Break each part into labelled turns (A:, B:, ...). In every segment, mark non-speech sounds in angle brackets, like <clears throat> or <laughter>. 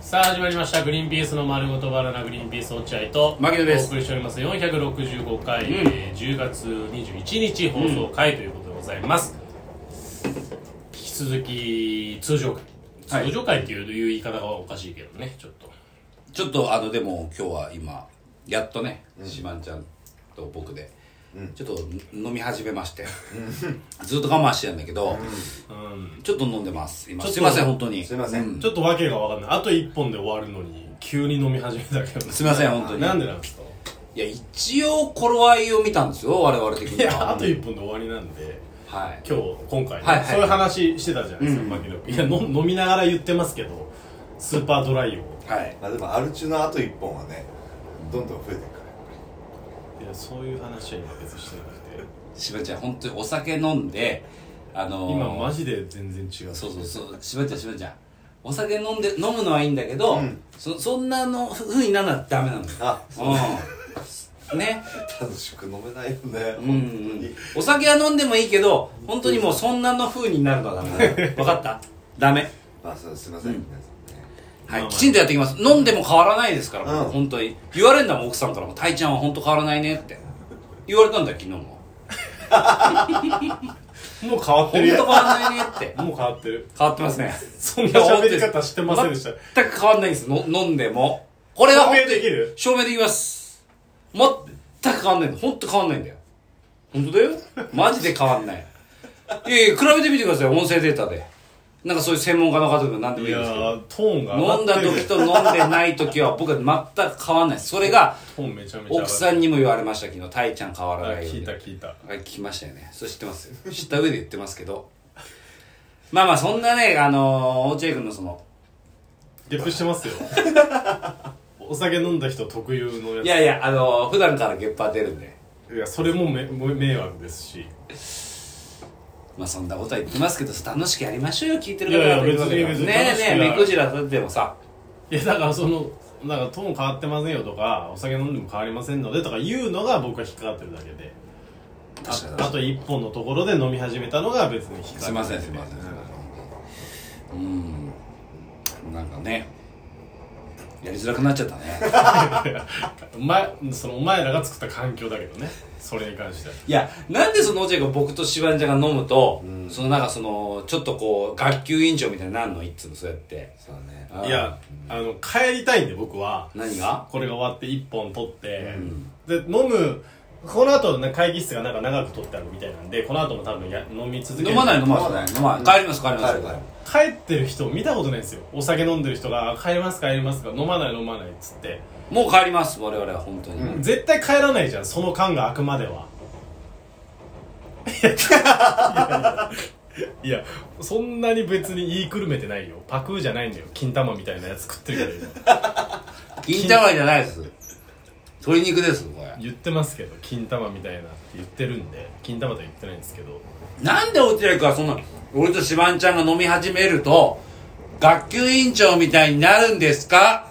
A: さあ始まりました「グリーンピースの丸ごとバナナグリーンピース落合」と
B: 牧野です
A: お送りしております465回、
B: うん
A: えー10月21日放送回ということでございます、引き続き通常
B: は
A: 回
B: い
A: 通常回っていう,、いう言い方がおかしいけどねちょっと
B: ちょっとあのでも今日は今やっとね、シマンちゃんと僕で、ちょっと飲み始めまして、ずっと我慢してたんだけど、
A: うん
B: ちょっと飲んでます今
A: ちょっと
B: すいません本当に
C: すいません
B: う
A: ちょっと訳が分かんないあと1本で終わるのに急に飲み始めたけど
B: すいません本当に
A: なんでなんですか
B: いや一応頃合いを見たんですよ我々的
A: い
B: に
A: や
B: は
A: あと1本で終わりなんで
B: はい
A: 今日今回ね、
B: はいはい
A: そういう話してたじゃないですか、
B: うん
A: 牧野君いやの飲みながら言ってますけどスーパードライを
B: はい
C: まあでもアル中のあと1本はねどんどん増えていくから
A: いやそういう話は今別にしてなくて
B: しばちゃん本当にお酒飲んであのー、
A: 今マジで全然違う
B: そうそうそうしばちゃんしばちゃんお酒飲んで飲むのはいいんだけど、
C: うん
B: そそんなのふうにならなダメなのよ
C: あ
B: うんね
C: 楽しく飲めないよね、
B: うんうん、お酒は飲んでもいいけど本当にもうそんなの風になるのはダメ分かったダメ
C: まあそうすいません、
B: うん
C: 皆さんね
B: はい、
A: まあまあ
B: きちんとやっていきます飲んでも変わらないですから、
C: うん
B: 本当に言われるんだもん奥さんからも「たいちゃんは本当変わらないね」って言われたんだよ昨日も
A: もう変わ
B: 「
A: っ
B: 本
A: て
B: 当
A: る
B: 変
A: よ
B: わらないね」って
A: もう変わってる
B: 変わってますね
A: <laughs> そんな喋り方してませんでした
B: 全く変わんないんですの飲んでもこれは本当に
A: 証明できる
B: 証明できます全く変わんないの本当変わんないんだよ本当だよマジで変わんないいやいや比べてみてください音声データでなんかそういう専門家の方とか何でも
A: い
B: いいん
A: や
B: ですけ
A: ー
B: ど
A: トーンが
B: 飲
A: 上
B: ん
A: がっ
B: だ
A: てる
B: 時と飲んでない時は僕は全く変わんないですそれが
A: トーンめちゃめちゃ上がってる
B: 奥さんにも言われました昨日「たいちゃん変わ
A: あ
B: らないよ」
A: 聞いた聞いた
B: はい聞きましたよねそれ知ってますよ知った上で言ってますけどまあまあそんなねあのー、落合君のその
A: ゲップして
B: <laughs>
A: ますよお酒飲んだ人特有のやつ
B: いやいや、あの普段からゲッパー出るんで。
A: いやそれもめも迷惑ですし
B: まあそんなことは言ってますけど、楽しくやりましょうよ、聞いてる
A: いやい
B: 方
A: や
B: はということで
A: 別に別に
B: ねえね
A: 楽し
B: え、
A: くは
B: 目くじら立ててもさ、
A: いやだからそのなんかトーン変わってませんよとかお酒飲んでも変わりませんのでとか言うのが僕は引っかかってるだけであ
B: 確か
A: あ
B: に
A: と一本のところで飲み始めたのが別に引っかかって
B: すいません、すいません。うん。なんかね、やりづらくなっちゃったね。
A: お前そのお前らが作った環境だけどねそれに関してはい
B: や、なんでその落合が僕とシバンジャが飲むと、そのなんかその、ちょっとこう、学級委員長みたいになるの、いつもそうやって。
C: そうだね
B: あー
A: いや、あの帰りたいんで僕は
B: 何が
A: これが終わって一本取って、で飲むこの後ね会議室がなんか長く取ってあるみたいなんでこの後も多分や飲み続ける
B: 飲まない飲ま
C: 飲ま
B: な
C: ないい
B: 飲まない。帰ります、帰り
C: 帰
B: ます。
C: る帰る
A: 帰ってる人見たことないんですよお酒飲んでる人が「帰ります帰りますか飲まない飲まない」っつって
B: もう帰ります、我々は本当に。
C: うん
A: 絶対帰らないじゃんその間が空くまではいやいやいやそんなに別に言いくるめてないよパクーじゃないんだよ金玉みたいなやつ食ってるけど今
B: 銀玉じゃないです。鶏肉です、これ。
A: 言ってますけど金玉みたいなって言ってるんで金玉とは言ってないんですけど
B: なんで落合君はそんな俺とシバンちゃんが飲み始めると学級委員長みたいになるんですか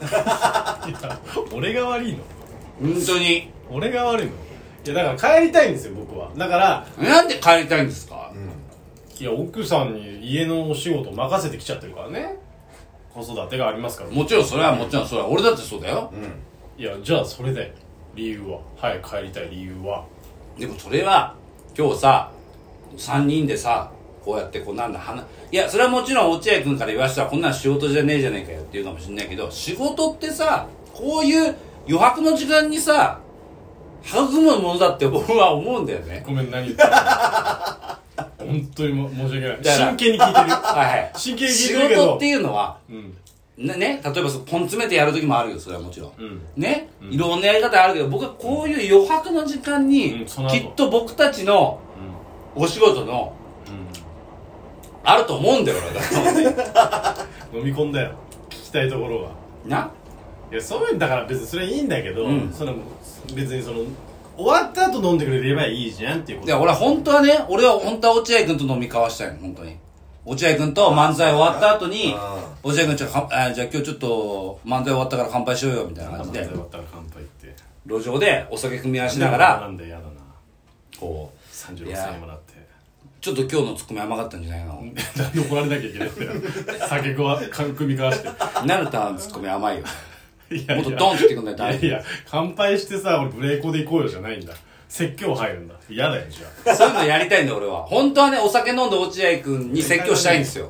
A: いや俺が悪いの
B: 本当に
A: 俺が悪いのいやだから帰りたいんですよ僕はだから
B: なんで帰りたいんですか、
A: いや奥さんに家のお仕事任せてきちゃってるからね子育てがありますから
B: もちろんそれはもちろんそれは俺だってそうだよ、
A: いやじゃあそれで理由ははい帰りたい理由は
B: でもそれは今日さ3人でさこうやってこうなんだ話いやそれはもちろん落合君から言わせたらこんなん仕事じゃねえじゃねえかよって言うかもしれないけど仕事ってさこういう余白の時間にさ育むものだって僕は思うんだよね
A: ごめん、何言ってる本当にも申し訳ない。
B: だから
A: 真剣に聞いてる。
B: はいはい
A: 真剣に聞いてるけど
B: 仕事 <laughs> っていうのは
A: うん。
B: ね、ね例えばそうポン詰めてやる時もあるよそれはもちろん、
A: うん
B: ね、いろんなやり方あるけど僕はこういう余白の時間に、
A: うんその後
B: きっと僕たちのお仕事のあると思うんだよ俺は <laughs>
A: うん。飲み込んだよ。聞きたいところは。
B: ない
A: や、そういうんだから別にそれはいいんだけど、
B: うん
A: その、別にその、終わった後飲んでくれればいいじゃんっていうこと。
B: で俺は本当はね俺は本当は落合君と飲み交わしたいの本当に落合君と漫才終わった後に
C: あ
B: 落合君ちょっとかあじゃあ今日ちょっと漫才終わったから乾杯しようよみたいな
A: あ
B: 感じ
A: まだ
B: で
A: 終わったら乾杯って。
B: 路上でお酒組み合わせながら
A: なんで嫌だな。
B: こうい
A: 36
B: や
A: 歳もなって。
B: ちょっと今日のツッコミ甘かったんじゃないの
A: なんで怒られなきゃいけないんだよ。酒こわ、缶組み交わして。
B: なるたんツッコミ甘いよ
A: いや
B: もっ
A: い
B: と
A: や
B: ドンって言ってくんない
A: い
B: とダ
A: や
B: メ
A: いや乾杯してさ俺ブレイコで行こうよじゃないんだ説教入るんだ嫌だよじゃあ
B: そういうのやりたいんだよ俺は本当はねお酒飲んで落合君に説教したいん
A: <laughs>
B: ですよ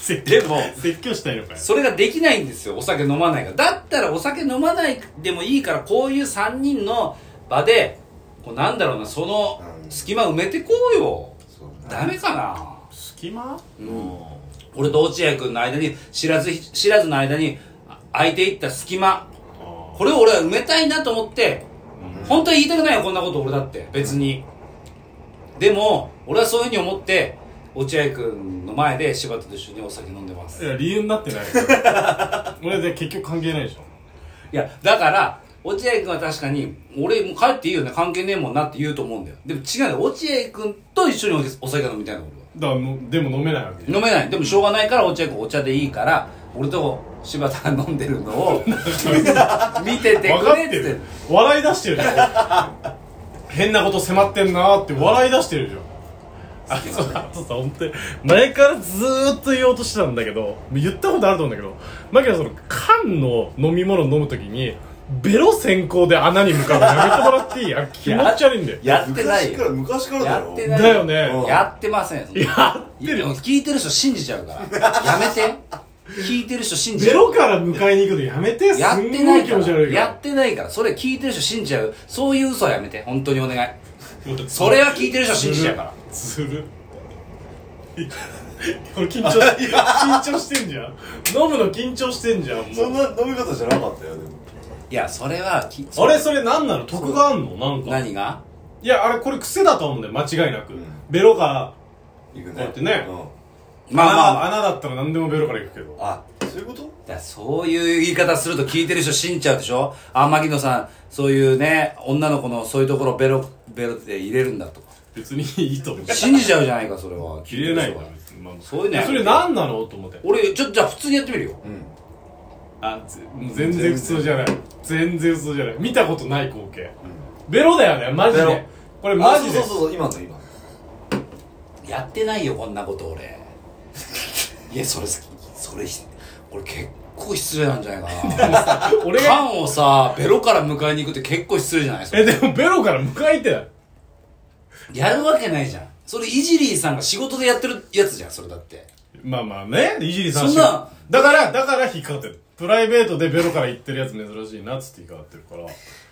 A: 説
B: でも
A: 説教したいのかよ
B: それができないんですよお酒飲まないからだったらお酒飲まないでもいいからこういう3人の場でこうなんだろうなその
C: うん
B: 隙間埋めてこうよ
C: そう
B: ダメかな
A: 隙間
B: うん俺と落合君の間に知らず知らずの間にあ空いていった隙間
A: あ
B: これを俺は埋めたいなと思って本当は言いたくないよこんなこと俺だって別にでも俺はそういうふうに思って落合君の前で柴田と一緒にお酒飲んでます
A: ーいや理由になって
B: <laughs>
A: ない俺で結局関係ないでしょ
B: いや、だから、落合君は確かに、俺もう帰っていいよね、関係ねえもんなって言うと思うんだよ。でも違うんだよ、落合君と一緒にお酒飲みたいな俺は。
A: だからのでも飲めないわけ
B: 飲めない。でもしょうがないから落合君お茶でいいから、俺と柴田が飲んでるのを <laughs> 見ててくれ
A: 分かっ
B: ってて
A: る笑い出してるじゃん変なこと迫ってんなーって笑い出してるじゃんあそうあとさ本当に前からずーっと言おうとしてたんだけど言ったことあると思うんだけどマキはその缶の飲み物飲むときにベロ先行で穴に向かうのやめてもらっていいや気持ち悪いんだよ
B: やってない
C: 昔から
B: よ。
C: 昔からだ
B: や
C: よ
B: ってない
A: だよね
B: やってません。い
A: やってる
B: や
A: よ
B: 聞いてる人信じちゃうから。やめて。聞いてる人信じち
A: ベ
B: ゃう。
A: ロから迎えに行くのやめてすん
B: やって
A: ご
B: ないい
A: 気
B: か
A: 持ち
B: ら。
A: 悪いか
B: や
A: ら
B: ってないから。それ聞いてる人信じちゃう。そういう嘘はやめて。本当にお願い。それは聞いてる人信じちゃうから
A: ずるいや俺緊張
B: <laughs>
A: し緊張してんじゃん飲むの緊張してんじゃん
C: そん
A: もう
C: な飲み方じゃなかったよでも
B: いやそれはき
A: あれそれ何なの得があんのなんか
B: 何が
A: いやあれこれ癖だと思うんだよ間違いなく、
C: ん
A: ベロから
C: 行くね
A: こうやってね
C: うん
B: まあまあ、まあ、
A: 穴穴だったら何でもベロから行くけど
C: あそういうこと
B: だからそういう言い方すると聞いてる人信じちゃうでしょあ牧野さんそういうね女の子のそういうところベロベロって入れるんだとか
A: 別にいいと
B: <laughs>
A: 思う
B: 信じちゃうじゃないかそれは
A: 切れない
B: 聞
A: か
B: て
A: ら
B: る人は
A: 別に、まあ
B: そういうのやめ
A: そ
B: て
A: れ何なのと思って
B: 俺ちょっとじゃあ普通にやってみるよ
C: うん
A: あぜもう全然普通じゃない全然普通じゃない見たことない光景、ベロだよねマジ
C: ベロ
A: でこれマジで
C: あそうそうそうそう今の今の
B: やってないよこんなこと俺 <laughs> いやそれ好きそれ俺結構失礼なんじゃないかな
A: <laughs> 俺が
B: 缶をさベロから迎えに行くって結構失礼じゃないそれ
A: えでもベロから迎えてない
B: やるわけないじゃん。それ、イジリーさんが仕事でやってるやつじゃん、それだって。
A: まあまあねいじりさん
B: そんな
A: だからだから引っかかってるプライベートでベロから言ってるやつ珍しいなっつって引っかかってるから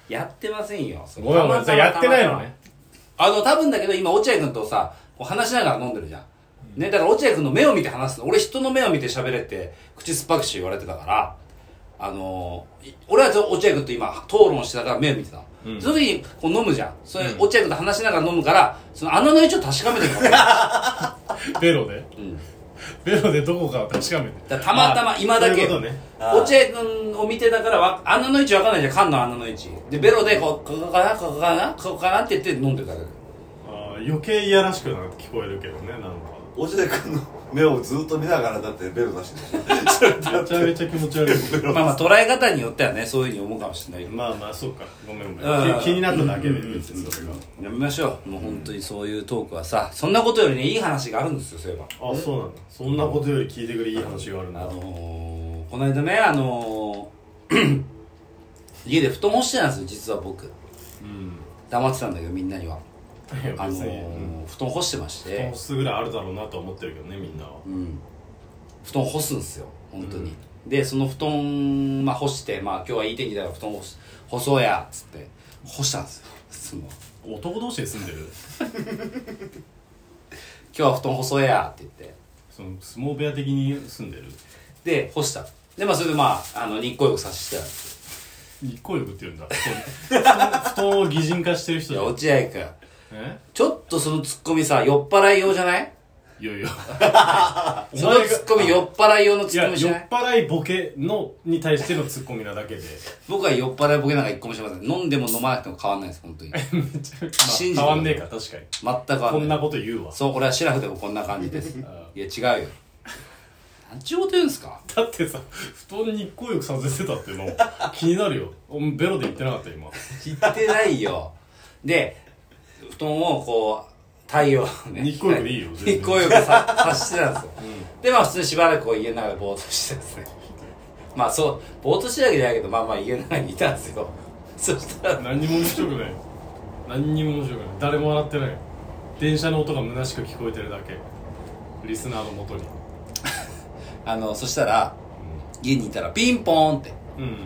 B: やってませんよ。それ
A: ごめんごめん
B: たまたま
A: やってないのね。
B: たまたまあの、多分だけど、今、落合君とさ、こう話しながら飲んでるじゃん。ね、だから落合君の目を見て話すの。俺、人の目を見て喋れって、口酸っぱくして言われてたから、あのーい俺はちょ落合君と今、討論してたから目を見てたの。その時に、こう飲むじゃん。それ、落合君と話しながら飲むから、その穴の位置を確かめてる
A: <laughs>
B: から。
A: ベロで
B: うん
A: ベロでどこかを確かめて
B: だからたまたま
A: あ
B: 今だけ
A: そういうことね
C: あー
B: 落合君を見てたからわ穴の位置わかんないじゃん缶の穴の位置でベロでこうここかなここかなここかなって言って飲んでたけど
A: あー余計いやらしくなって聞こえるけどねなんか
C: 落合君の目をずっと見ながらだってベロ出してる
A: めちゃめちゃ気持ち悪い
B: まあまあ捉え方によってはねそういうふうに思うかもしれないけど
A: まあまあそうかごめんご
B: う
A: め
B: ん
A: ん気気になっただけで別にそれが
B: やめましょうもう本当にそういうトークはさそんなことよりねいい話があるんですよそういえば
A: あそうなんだそんなことより聞いてくれいい話があるん
B: あ
A: だ
B: のー、この間ねあのー <clears throat> 家で布団干してたんですよ実は僕
A: うん
B: 黙ってたんだけどみんなには、
A: いや
B: あの
A: 別に
B: ー布団干してまして
A: うんすぐらいあるだろうなとは思ってるけどねみんなは
B: うん、布団干すんですよ本当に、でその布団、まあ、干して、まあ、今日はいい天気だから布団干す干そうやっつって干したんですよその
A: 男同士で住んでる
B: 「今日は布団干そうや」って言って
A: その相撲部屋的に住んでる
B: で干したでまあそれでまああの日光浴させてたんです
A: 日光浴って言うんだ布団布団を擬人化してる人
B: よい
A: だ
B: や落合君
A: え
B: ちょっとそのツッコミさ酔っ払い用じゃない
A: いやいやお
B: <laughs> その
A: 前が
B: ツッコミ酔っ払い用の
A: い
B: ツッ
A: や
B: コミじ
A: 酔
B: ゃ
A: っ
B: ない
A: 払いボケのに対してのツッコミなだけで
B: 僕は酔っ払いボケなんか一個もしてません飲んでも飲まなくても変わんないです本当 <laughs> に全く
A: めちゃ、まあ、
B: <laughs> 信じて
A: 変
B: る
A: わんねえか確かに
B: 変わんない
A: こんなこと言うわ
B: そう俺はシラフでもこんな感じですいや <laughs> 違うよ何ちゅうこと言うんですか
A: だってさ布団に日光浴させてたっていうの気になるよおベロで言ってなかった今
B: 知ってないよで布団をこう太陽をね
A: 日光浴でいいよ全
B: 日
A: 然
B: 光浴ささしてたんですよ、でまあ普通にしばらくこう家の中でぼーっとしてたんですねまあそうぼーっとしてたわけじゃないけどまあまあ家の中にいたんですよ <laughs> そしたら
A: 何にも面白くない何にも面白くない誰も笑ってない電車の音が虚しく聞こえてるだけリスナーのもとに
B: あのそしたら家にいたらピンポーンって
A: うん、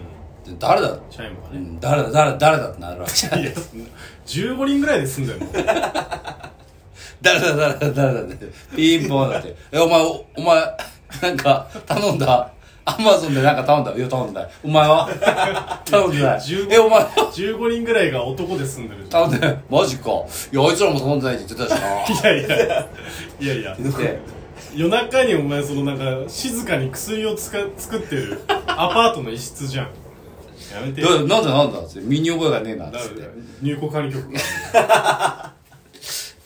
A: うん、
B: で誰だ、
A: チャイムが
B: う
A: ね、
B: ん、誰だ誰だ誰だってなるわけじゃん
A: いやそんな15人ぐらいで住んでんの
B: 誰だ誰だ誰だってピンポンだってえお前おお前なんか頼んだアマゾンでなんか頼んだいや頼んでないお前は頼んでない
A: 15
B: えお前
A: 15人ぐらいが男で住んでるじゃん
B: 頼んでないマジかいやあいつらも頼んでないって言ってたしない
A: やいやいやいや
B: って
A: 夜中にお前そのなんか静かに薬をつか作ってるアパートの一室じゃんやめて
B: いやなんだなんだっつって身に覚えがねえなっ
A: だ
B: つって
A: 入国管理局が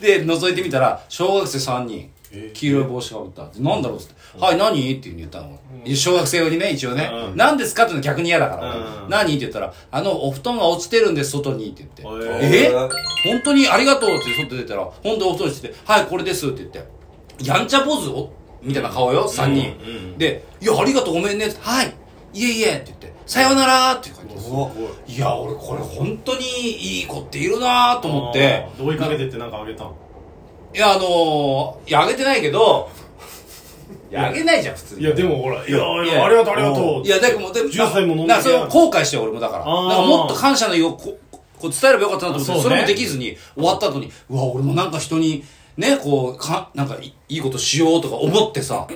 B: で覗いてみたら小学生3人
A: えー
B: 黄色い帽子かぶったでなんだろうっつって「はい何?」っていうふうに言ったの、小学生用にね一応ね
A: うん
B: 「何ですか?」っていうの逆に嫌だから
A: うん
B: 俺「何?」って言ったら「あのお布団が落ちてるんで外に」って言って
A: へ
B: 「え
C: ー
B: 本当にありがとう」って外出たら「本当お布団落ちててはいこれです」って言って「やんちゃポーズを?」みたいな顔よ3人、
A: うんうん
B: で「いやありがとうごめんね」って「はいいえいえ」って言って「さようなら」っていう感じです
A: すごい
B: いや俺これ本当にいい子っているなと思って
A: あー追いかけてってなんかあげたの
B: いや、あのー、いや、あげてないけど、いや、あげないじゃん、普通に。
A: いやでもほらいや
B: い
A: い
B: や
A: やありがとうありがとう
B: いや、だけどもう、でも、
A: 10歳も飲んで
B: なそれを後悔して、俺もだから。
A: あー
B: なんかもっと感謝の意をここう伝えればよかったなと思って、
A: あそう
B: そ
A: ね
B: れもできずに、終わった後に、うわ、俺もなんか人に、ね、こう、か、なんかい、いいことしようとか思ってさ、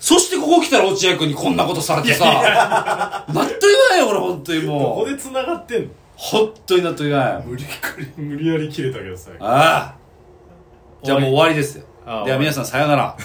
B: そしてここ来たら落合君にこんなことされてさ、納得いかないよ、俺、本当に
A: こ
B: も
A: こ
B: う。
A: で繋がってんの
B: 本当に納得いかない。
A: 無理くり無理やり切れたけどさ
B: ああ。じゃあもう終わりですよ
A: あ。あ
B: では皆さんさようなら。